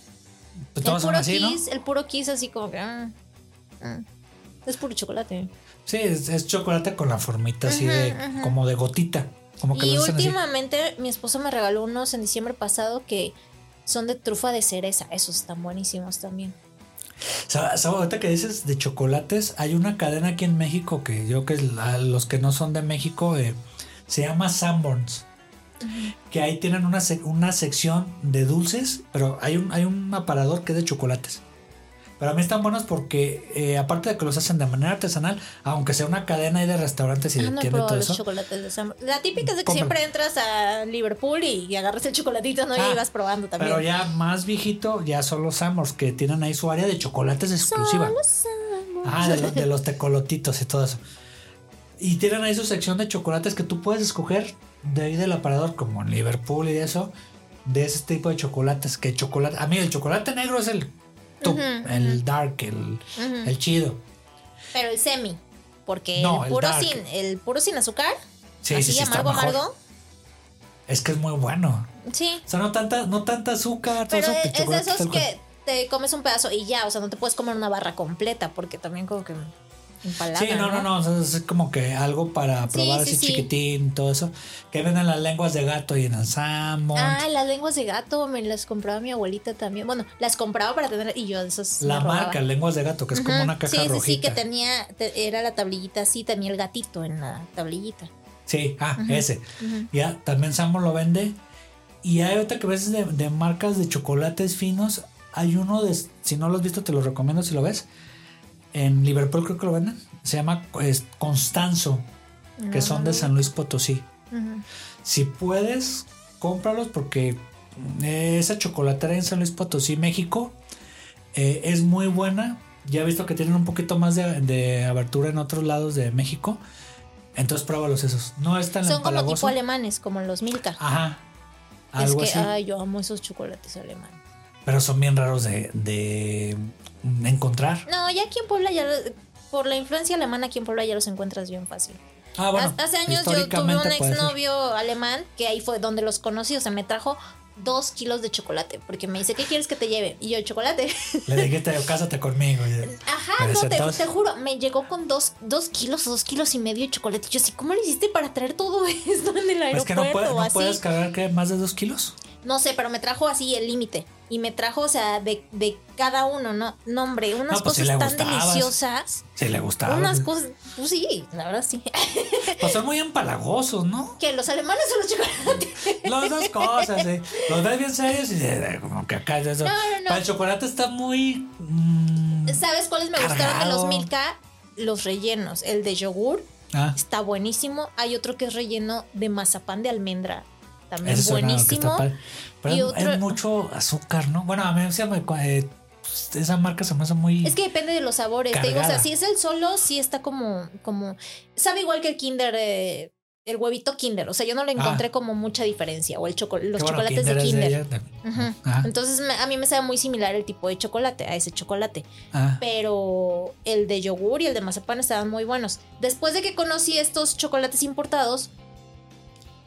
S1: pues,
S3: El
S1: todos son
S3: puro
S1: así, ¿no?
S3: kiss, el puro kiss así como que. ah, ah. Es puro chocolate.
S1: Sí, es, es chocolate con la formita así
S3: Ajá,
S1: de.
S3: ajá.
S1: como de gotita. Como que
S3: Y
S1: lo hacen así.
S3: últimamente mi esposo me regaló unos en diciembre pasado que son de trufa de cereza. Esos están buenísimos también.
S1: ¿Sabes? Ahorita que dices de chocolates, hay una cadena aquí en México que yo que es la- los que no son de México eh, se llama Sanborns. Que ahí tienen una, sec- una sección de dulces, pero hay un, hay un aparador que es de chocolates. Pero a mí están buenos porque, eh, aparte de que los hacen de manera artesanal, aunque sea una cadena ahí de restaurantes y
S3: ah,
S1: de
S3: no he
S1: tiendas y
S3: probado
S1: todo
S3: los
S1: eso,
S3: chocolates de San La típica es de que
S1: Compra.
S3: siempre entras a Liverpool y, y agarras el chocolatito, ¿no?
S1: Ah,
S3: y vas probando también.
S1: pero ya más viejito, ya son los Sanborns que tienen ahí su área de chocolates exclusiva.
S3: Solo sabemos.
S1: Ah, de los, de los tecolotitos y todo eso. Y tienen ahí su sección de chocolates que tú puedes escoger de ahí del aparador, como en Liverpool y eso, de ese tipo de chocolates. Que chocolate, a mí el chocolate negro es el top,
S3: Ujú,
S1: el dark, el,
S3: Ujú.
S1: el chido.
S3: Pero el semi. Porque
S1: No,
S3: el,
S1: el
S3: puro
S1: dark.
S3: sin, el puro sin azúcar,
S1: Sí,
S3: así
S1: sí, sí, está
S3: amargo,
S1: mejor.
S3: amargo.
S1: Es que es muy bueno.
S3: Sí.
S1: O sea, no tanta, no tanta azúcar, todo
S3: Pero
S1: eso, que
S3: es de
S1: chocolate
S3: esos
S1: tal cual.
S3: que te comes un pedazo y ya, o sea, no te puedes comer una barra completa porque también como que empalaga,
S1: Sí, no, no, no, o sea, es como que algo para
S3: Sí,
S1: probar
S3: sí,
S1: así
S3: sí.
S1: chiquitín, todo eso. Que venden las lenguas de gato y en el salmon.
S3: Ah, las lenguas de gato me las compraba mi abuelita también. Bueno, las compraba para tener y yo de esas
S1: la
S3: me robaba.
S1: marca, lenguas de gato, que es como
S3: Ujú.
S1: una caja
S3: sí, sí,
S1: rojita.
S3: sí, que tenía, te- era la tablillita así, tenía el gatito en la tablillita.
S1: Sí, ah,
S3: Ujú.
S1: ese.
S3: Ujú.
S1: Ya, también Sambo lo vende. Y hay otra que a veces de, de marcas de chocolates finos. Hay uno de, si no lo has visto, te lo recomiendo si lo ves. En Liverpool creo que lo venden. Se llama es, Constanzo, que
S3: No,
S1: son
S3: no
S1: de
S3: lo-
S1: San Luis Potosí.
S3: Ujú.
S1: Si puedes, cómpralos porque eh, esa chocolatera en San Luis Potosí, México, eh, es muy buena. Ya he visto que tienen un poquito más de, de abertura en otros lados de México. Entonces pruébalos esos. No es tan
S3: Son como
S1: empalagoso.
S3: tipo alemanes, como los Milka.
S1: Ajá.
S3: es
S1: Algo
S3: que,
S1: así.
S3: ay, yo amo esos chocolates alemanes.
S1: Pero son bien raros de, de encontrar.
S3: No, ya aquí en Puebla ya lo- por la influencia alemana aquí en Puebla ya los encuentras bien fácil.
S1: Ah, bueno.
S3: Hace años yo tuve
S1: históricamente pues,
S3: un
S1: puede ser.
S3: exnovio alemán que ahí fue donde los conocí, o sea, me trajo dos kilos de chocolate, porque me dice, ¿qué quieres que te lleve? Y yo, chocolate. [laughs]
S1: Le dije, te, cásate conmigo. y-
S3: Ajá,
S1: Pero
S3: no,
S1: ese
S3: te,
S1: tos-
S3: te juro, me llegó con dos, dos kilos o dos kilos y medio de chocolate. Yo así, ¿cómo le hiciste para traer todo [laughs] esto en
S1: Es
S3: el
S1: Pues
S3: aeropuerto?
S1: que no, puede-
S3: o
S1: no
S3: así?
S1: puedes cargar ¿qué? más de dos kilos.
S3: No sé, pero me trajo así el límite. Y me trajo, o sea, de, de cada uno, ¿no? No, hombre, unas
S1: No, pues, sí
S3: cosas
S1: le
S3: tan
S1: gustabas.
S3: deliciosas.
S1: Si le gustaba.
S3: Unas cosas, pues sí, la verdad sí. [laughs]
S1: Pues son muy empalagosos, ¿no?
S3: que los alemanes son los chocolates.
S1: Las dos cosas, ¿eh? Los ves bien serios y eh, como que acá es eso.
S3: No, no, no.
S1: Para el chocolate está muy. mm,
S3: ¿Sabes cuáles me gustaron de los
S1: Cargado.
S3: Milka? Los rellenos. El de yogur
S1: ah,
S3: está buenísimo. Hay otro que es relleno de mazapán de almendra. También
S1: ese suena que está
S3: buenísimo.
S1: padre. Pero
S3: Y
S1: es,
S3: otro-
S1: es mucho azúcar, ¿no? Bueno, a mí se me. eh, esa marca se me hace muy.
S3: Es que depende de los sabores. Te digo, o sea,
S1: Cargada.
S3: si es el solo, sí está como, como. Sabe igual que el Kinder, eh, el huevito Kinder. O sea, yo no le
S1: Ah.
S3: encontré como mucha diferencia. O el choco- los
S1: Qué bueno,
S3: chocolates
S1: Kinder
S3: de
S1: es
S3: Kinder.
S1: ella, Ah. de-
S3: Ujú.
S1: Ajá,
S3: Entonces me- a mí me sabe muy similar el tipo de chocolate, a ese chocolate.
S1: ajá.
S3: Pero el de yogur y el de mazapán estaban muy buenos. Después de que conocí estos chocolates importados,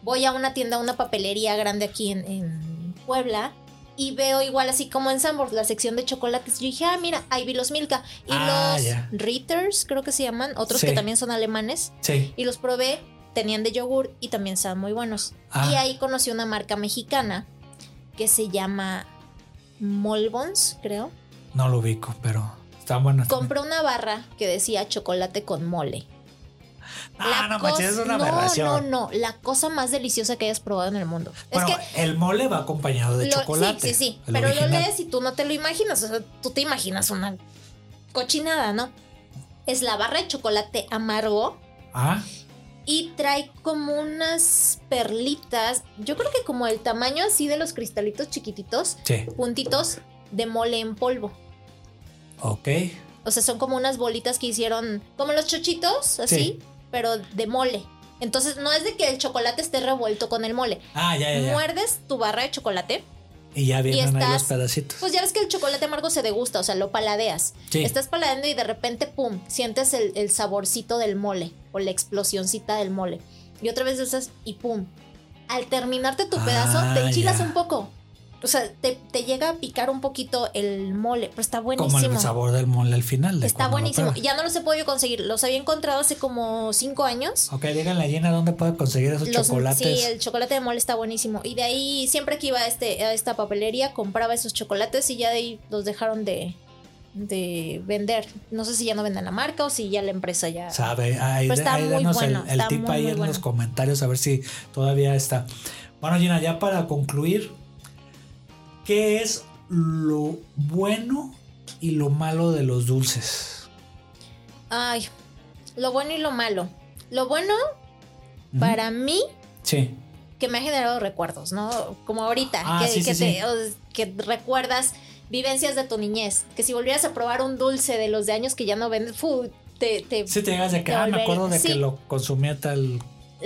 S3: voy a una tienda, a una papelería grande aquí en, en Puebla. Y veo igual así como en Sambor, la sección de chocolates. Yo dije, ah, mira, ahí vi los Milka. Y
S1: Ah,
S3: los
S1: ya.
S3: Ritters, creo que se llaman, otros
S1: Sí.
S3: que también son alemanes.
S1: Sí.
S3: Y los probé, tenían de yogur y también estaban muy buenos.
S1: Ah.
S3: Y ahí conocí una marca mexicana que se llama Molbons, creo.
S1: No lo ubico, pero están buenas.
S3: Compré una barra que decía chocolate con mole.
S1: Ah, no,
S3: cosa-
S1: manches, es una
S3: no,
S1: aberración.
S3: no, no, la cosa más deliciosa que hayas probado en el mundo.
S1: Bueno,
S3: es que
S1: el mole va acompañado de
S3: lo-
S1: chocolate.
S3: sí, sí, sí,
S1: el
S3: pero lo
S1: original.
S3: lees y tú no te lo imaginas, o sea, tú te imaginas una cochinada, ¿no? Es la barra de chocolate amargo
S1: Ah,
S3: y trae como unas perlitas, yo creo que como el tamaño así de los cristalitos chiquititos,
S1: sí.
S3: puntitos de mole en polvo.
S1: Ok.
S3: O sea, son como unas bolitas que hicieron, como los chochitos, así,
S1: Sí.
S3: pero de mole. Entonces, no es de que el chocolate esté revuelto con el mole.
S1: Ah, ya, ya, ya.
S3: Muerdes tu barra de chocolate,
S1: Y ya vienen ahí los
S3: estás-
S1: pedacitos.
S3: pues ya ves que el chocolate amargo se degusta, o sea, lo paladeas.
S1: Sí.
S3: Estás paladeando y de repente, pum, sientes el, el saborcito del mole o la explosioncita del mole. Y otra vez usas y pum. Al terminarte tu pedazo,
S1: Ah,
S3: te enchilas
S1: ya.
S3: un poco. O sea, te, te llega a picar un poquito el mole, pero está buenísimo.
S1: Como el sabor del mole al final. de
S3: Está
S1: cuando lo
S3: buenísimo.
S1: pruebas.
S3: Ya no los he podido conseguir. Los había encontrado hace como cinco años.
S1: Ok, díganle a Gina dónde puede conseguir esos
S3: Los-
S1: Ah, chocolates.
S3: Sí, el chocolate de mole está buenísimo. Y de ahí, siempre que iba a, este, a esta papelería, compraba esos chocolates y ya de ahí los dejaron de, de vender. No sé si ya no venden la marca o si ya la empresa ya.
S1: Sabe, ahí,
S3: Pero está
S1: ahí
S3: muy
S1: danos
S3: bueno,
S1: el, el
S3: está
S1: tip
S3: muy,
S1: ahí
S3: muy
S1: en los
S3: bueno.
S1: comentarios a ver si todavía está. Bueno, Gina, ya para concluir, ¿qué es lo bueno y lo malo de los dulces?
S3: Ay, lo bueno y lo malo. Lo bueno
S1: Ujú.
S3: para mí,
S1: Sí.
S3: que me ha generado recuerdos, ¿no? Como ahorita,
S1: Ah,
S3: que,
S1: sí,
S3: que
S1: sí,
S3: te-
S1: sí.
S3: o- que recuerdas vivencias de tu niñez. Que si volvieras a probar un dulce de los de años que ya no vendes, fu, te, te
S1: Si te llegas de que, ah, me
S3: Volver-
S1: acuerdo de
S3: sí.
S1: que lo consumía tal.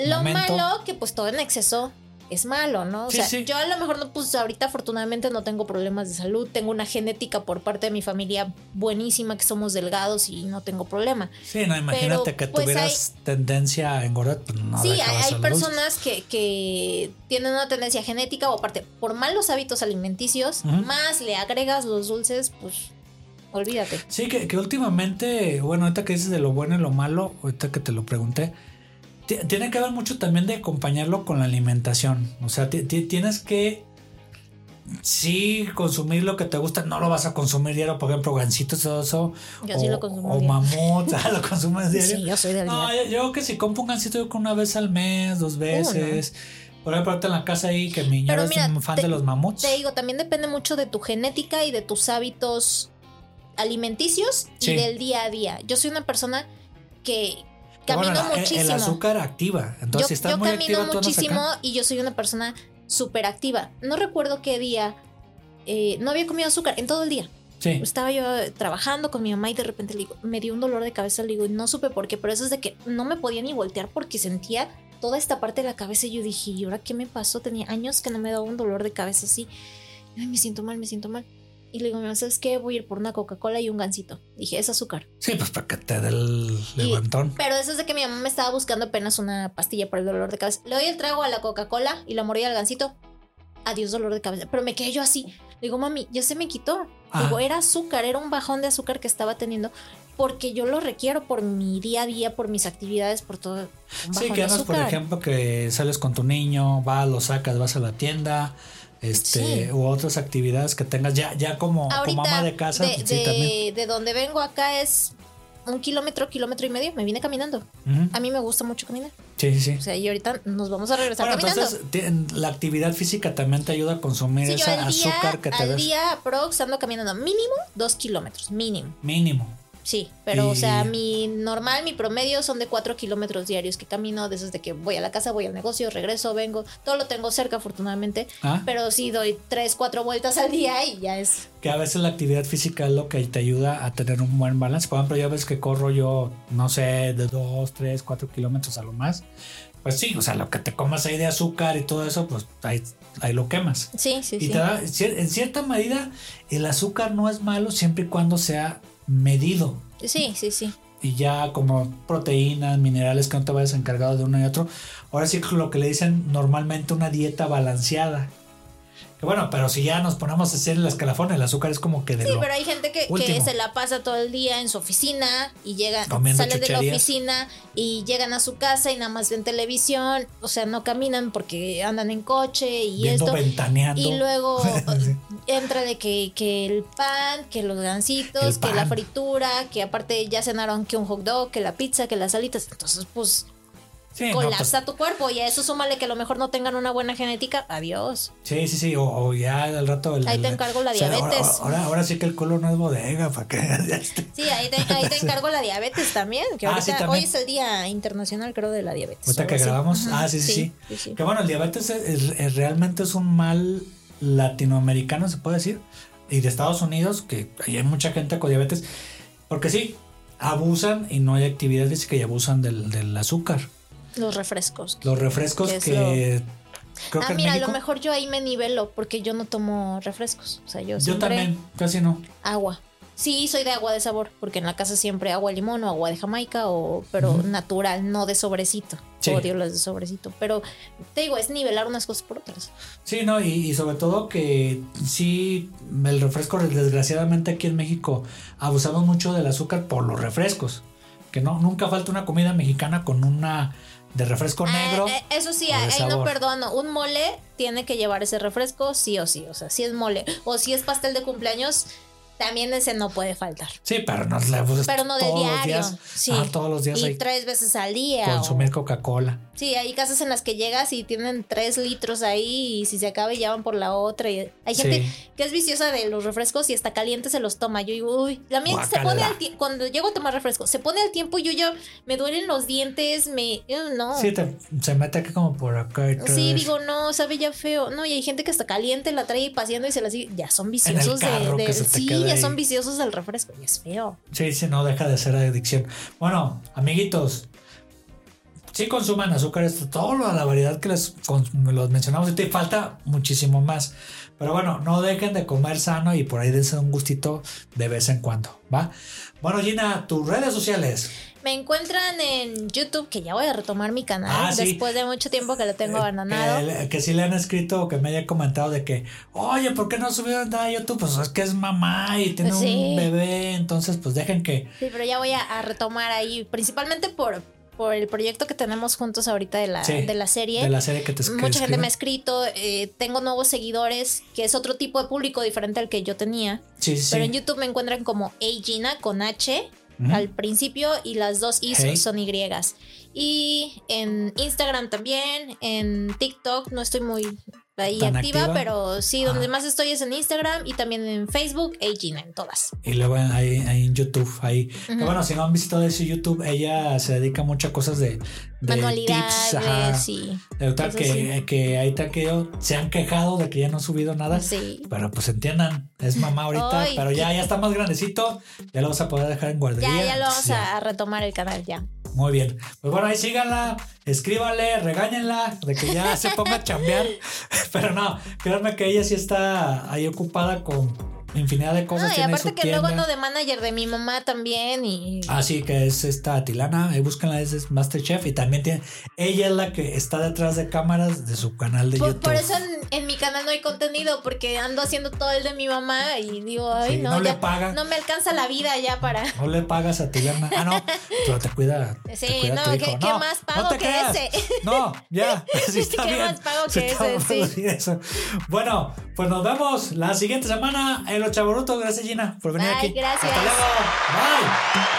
S3: Lo
S1: momento.
S3: malo que pues todo en exceso es malo, ¿no? O
S1: Sí,
S3: sea,
S1: sí.
S3: yo a lo mejor no, pues ahorita afortunadamente no tengo problemas de salud, tengo una genética por parte de mi familia buenísima, que somos delgados y no tengo problema.
S1: Sí, no, imagínate
S3: Pero,
S1: que
S3: pues,
S1: tuvieras tendencia a engordar, pues no
S3: sí, hay,
S1: dejabas
S3: hay
S1: el dulce.
S3: personas que, que tienen una tendencia genética o aparte por malos hábitos alimenticios,
S1: Ujú.
S3: más le agregas los dulces, pues olvídate.
S1: Sí, que, que últimamente, bueno, ahorita que dices de lo bueno y lo malo, ahorita que te lo pregunté, ti- tiene que ver mucho también de acompañarlo con la alimentación. O sea, ti- ti- tienes que, sí, consumir lo que te gusta, no lo vas a consumir diario, por ejemplo, gancitos, todo eso.
S3: Yo sí
S1: o-
S3: lo consumo.
S1: O
S3: diario.
S1: mamut, [laughs] ah, lo consumes diario.
S3: sí, yo soy delgada.
S1: No, yo, yo creo que si compro un gancito, yo con una vez al mes, dos veces. Por ejemplo, ahorita en la casa ahí, que mi ñero
S3: Pero
S1: es
S3: mira,
S1: un fan
S3: te-
S1: de los mamuts.
S3: Te digo, también depende mucho de tu genética y de tus hábitos alimenticios
S1: Sí.
S3: y del día a día. Yo soy una persona que
S1: Pero
S3: camino
S1: bueno, la- el-
S3: muchísimo.
S1: El, azúcar activa. Entonces,
S3: yo
S1: si estás
S3: yo
S1: muy
S3: camino
S1: activa, tú andas acá.
S3: muchísimo y yo soy una persona súper activa. No recuerdo qué día eh, no había comido azúcar en todo el día.
S1: Sí.
S3: Estaba yo eh, trabajando con mi mamá y de repente le digo, me dio un dolor de cabeza, le digo, y no supe por qué, pero eso es de que no me podía ni voltear porque sentía toda esta parte de la cabeza y yo dije, ¿y ahora qué me pasó? Tenía años que no me daba un dolor de cabeza así. Ay, me siento mal, me siento mal. Y le digo, mi mamá, ¿sabes qué? Voy a ir por una Coca-Cola y un gansito. Dije, es azúcar.
S1: Sí, pues para que te dé el levantón.
S3: Pero eso es de que mi mamá me estaba buscando apenas una pastilla para el dolor de cabeza. Le doy el trago a la Coca-Cola y la mordida al gansito. adiós dolor de cabeza. Pero me quedé yo así. Digo, mami, ya se me quitó.
S1: Ajá.
S3: Digo, era azúcar, era un bajón de azúcar que estaba teniendo porque yo lo requiero por mi día a día, por mis actividades, por todo. un
S1: Sí,
S3: bajón
S1: que
S3: de
S1: andas, por
S3: azúcar.
S1: ejemplo, que sales con tu niño, vas, lo sacas, vas a la tienda, este,
S3: Sí.
S1: u otras actividades que tengas ya, ya como, como ama de casa,
S3: de,
S1: pues sí,
S3: de-
S1: también.
S3: de donde vengo acá es un kilómetro, kilómetro y medio. Me vine caminando.
S1: Ujú.
S3: A mí me gusta mucho caminar.
S1: Sí, sí, sí.
S3: O sea, y ahorita nos vamos a regresar
S1: Bueno,
S3: caminando.
S1: entonces ti- la actividad física también te ayuda a consumir
S3: Sí, yo
S1: ese
S3: al día,
S1: azúcar que te
S3: al
S1: des
S3: día aprox ando caminando mínimo dos kilómetros, mínimo.
S1: mínimo.
S3: Sí, pero o sea,
S1: Y-
S3: mi normal, mi promedio son de cuatro kilómetros diarios que camino desde que voy a la casa, voy al negocio, regreso, vengo. Todo lo tengo cerca, afortunadamente.
S1: Ah.
S3: Pero sí doy tres, cuatro vueltas al día y ya es.
S1: Que a veces la actividad física es lo que te ayuda a tener un buen balance. Por ejemplo, ya ves que corro yo, no sé, de 2, 3, 4 kilómetros a lo más. Pues sí, o sea, lo que te comas ahí de azúcar y todo eso, pues ahí, ahí lo quemas.
S3: Sí, sí,
S1: y
S3: sí.
S1: te da, cier- en cierta medida, el azúcar no es malo siempre y cuando sea medido.
S3: Sí, sí, sí.
S1: Y ya como proteínas, minerales que no te vayas encargado de uno y otro. Ahora sí lo que le dicen normalmente una dieta balanceada. Que bueno, pero si ya nos ponemos a hacer el escalafón, el azúcar es como que de
S3: Sí,
S1: lo-
S3: pero hay gente que, que
S1: Último.
S3: se la pasa todo el día en su oficina y llega,
S1: Comiendo
S3: salen de la
S1: chucherías.
S3: oficina y llegan a su casa y nada más ven televisión, o sea, no caminan porque andan en coche y
S1: viendo
S3: esto.
S1: ventaneando.
S3: Y luego
S1: [laughs] Sí.
S3: entra de que, que el pan, que los gancitos,
S1: El
S3: que la
S1: pan.
S3: fritura, que aparte ya cenaron que un hot dog, que la pizza, que las alitas. Entonces, pues
S1: Sí, no, pues,
S3: colapsa tu cuerpo y a eso súmale que a lo mejor no tengan una buena genética. Adiós.
S1: sí, sí, sí. O, o ya al rato. el-
S3: Ahí te encargo la
S1: o sea, ahora-
S3: diabetes.
S1: Ahora, ahora sí que el culo no es bodega. ¿para qué?
S3: [laughs] Sí, ahí te, ahí
S1: [laughs]
S3: te encargo la diabetes también. Que
S1: Ah,
S3: ahorita-
S1: sí, también.
S3: Hoy es el Día Internacional, creo, de la diabetes.
S1: Ahorita
S3: o
S1: que
S3: algo así.
S1: grabamos.
S3: Ajá.
S1: Ah, sí, sí, sí.
S3: sí, sí.
S1: Que bueno, el diabetes es- es- es- realmente es un mal latinoamericano, se puede decir. Y de Estados Unidos, que ahí hay mucha gente con diabetes. Porque sí, abusan y no hay actividad física y abusan del, del azúcar.
S3: Los refrescos.
S1: Los refrescos
S3: Que es
S1: que. Creo que
S3: Ah,
S1: en
S3: mira, a lo
S1: México-
S3: mejor yo ahí me nivelo porque yo no tomo refrescos. O sea, yo,
S1: Yo
S3: siempre
S1: también, casi no.
S3: agua. Sí, soy de agua de sabor, porque en la casa siempre agua de limón o agua de Jamaica, o, pero
S1: Ujú.
S3: natural, no de sobrecito.
S1: Sí.
S3: Odio las de sobrecito. Pero te digo, es nivelar unas cosas por otras.
S1: Sí, no, y, y sobre todo que sí, el refresco, desgraciadamente aquí en México, abusamos mucho del azúcar por los refrescos. Que no, nunca falta una comida mexicana con una de refresco negro.
S3: Ah, eh, eso sí,
S1: o de
S3: ahí no
S1: sabor.
S3: perdono. Un mole tiene que llevar ese refresco, sí o sí. O sea, si es mole o si es pastel de cumpleaños, también ese no puede faltar.
S1: Sí, pero no le abusas
S3: Pero no del
S1: todos los
S3: diario.
S1: días.
S3: sí.
S1: Ah, todos los días
S3: y
S1: hay que
S3: tres veces al día. o-
S1: consumir Coca-Cola.
S3: sí, hay casas en las que llegas y tienen tres litros ahí y si se acaba ya van por la otra. Y hay gente
S1: Sí.
S3: que es viciosa de los refrescos y está caliente se los toma. Yo digo, uy, la mía se
S1: Guácala.
S3: pone al tiempo, cuando llego a tomar refresco, se pone al tiempo y yo ya me duelen los dientes, me... eh, No.
S1: Sí, te- se mete aquí como por acá. y todo
S3: Sí,
S1: eso.
S3: digo, no, sabe ya feo. No, y hay gente que está caliente, la trae paseando y se la sigue. Ya son viciosos de-
S1: carro
S3: de,
S1: que se te
S3: Sí,
S1: queda
S3: ya
S1: ahí.
S3: son viciosos del refresco. Y es feo.
S1: Sí, sí, no deja de ser adicción. Bueno, amiguitos, sí consuman azúcar, esto, todo lo, la variedad que les cons- los mencionamos, y te falta muchísimo más. Pero bueno, no dejen de comer sano y por ahí dense un gustito de vez en cuando, ¿va? Bueno, Gina, tus redes sociales.
S3: Me encuentran en YouTube, que ya voy a retomar mi canal
S1: Ah, sí.
S3: después de mucho tiempo que lo tengo
S1: Eh,
S3: abandonado.
S1: Que, que sí le han escrito o que me haya comentado de que, oye, ¿por qué no subieron nada a YouTube? Pues es que es mamá y tiene
S3: Pues Sí.
S1: un bebé, entonces pues dejen que...
S3: Sí, pero ya voy a, a retomar ahí, principalmente por, por el proyecto que tenemos juntos ahorita de la,
S1: Sí,
S3: de la serie.
S1: De la serie que te que
S3: Mucha gente
S1: escriben.
S3: me ha escrito, eh, tengo nuevos seguidores, que es otro tipo de público diferente al que yo tenía.
S1: Sí, sí, sí.
S3: Pero en YouTube me encuentran como Hey Gina con H
S1: Ujú.
S3: al principio y las dos I
S1: Hey.
S3: son Y. Y en Instagram también, en TikTok, no estoy muy ahí
S1: ¿Tan
S3: activa,
S1: activa?
S3: pero sí, donde
S1: Ah.
S3: más estoy es en Instagram y también en Facebook, Hey Gina, en todas.
S1: Y luego ahí, ahí en YouTube, ahí. Que
S3: Ujú.
S1: bueno, si no han visitado ese YouTube, ella se dedica mucho a cosas de, de
S3: Manualidades
S1: tips. Ajá.
S3: y...
S1: De verdad
S3: eso
S1: que,
S3: sí.
S1: que ahí te han quedado, se han quejado de que ya no ha subido nada.
S3: Sí.
S1: Pero pues entiendan, es mamá ahorita,
S3: Ay,
S1: pero ya, ya está más grandecito, ya lo vas a poder dejar en guardería.
S3: Ya, ya lo vamos
S1: entonces ya.
S3: a- a retomar el canal, ya.
S1: Muy bien. Pues bueno, ahí síganla, escríbanle, regáñenla, de que [laughs] ya se ponga a chambear. Pero no, créanme que ella sí está ahí ocupada con infinidad de cosas.
S3: No, y
S1: tiene
S3: aparte
S1: su
S3: que
S1: tienda. Ah,
S3: luego ando de manager de mi mamá también y...
S1: Así que es esta Tilana, eh, búsquenla, es, es Masterchef y también tiene, ella es la que está detrás de cámaras de su canal de
S3: Por,
S1: YouTube.
S3: por eso en, en mi canal no hay contenido, porque ando haciendo todo el de mi mamá y digo, ay,
S1: Sí,
S3: no,
S1: no le
S3: ya-
S1: paga.
S3: no me alcanza la vida ya para...
S1: No le pagas a Tilana. Ah, no, pero te cuida. te
S3: [laughs] Sí,
S1: cuida
S3: no,
S1: tu hijo.
S3: ¿qué- qué más pago
S1: no te
S3: que
S1: creas.
S3: ese?
S1: No, [laughs] ya, sí está
S3: ¿Qué
S1: bien.
S3: más pago
S1: Sí
S3: que
S1: está
S3: ese?
S1: bueno
S3: Sí.
S1: decir eso. Bueno, pues nos vemos la siguiente semana en Los Chaborutos. Gracias, Gina, por venir
S3: Bye,
S1: aquí.
S3: gracias.
S1: Hasta luego. Bye.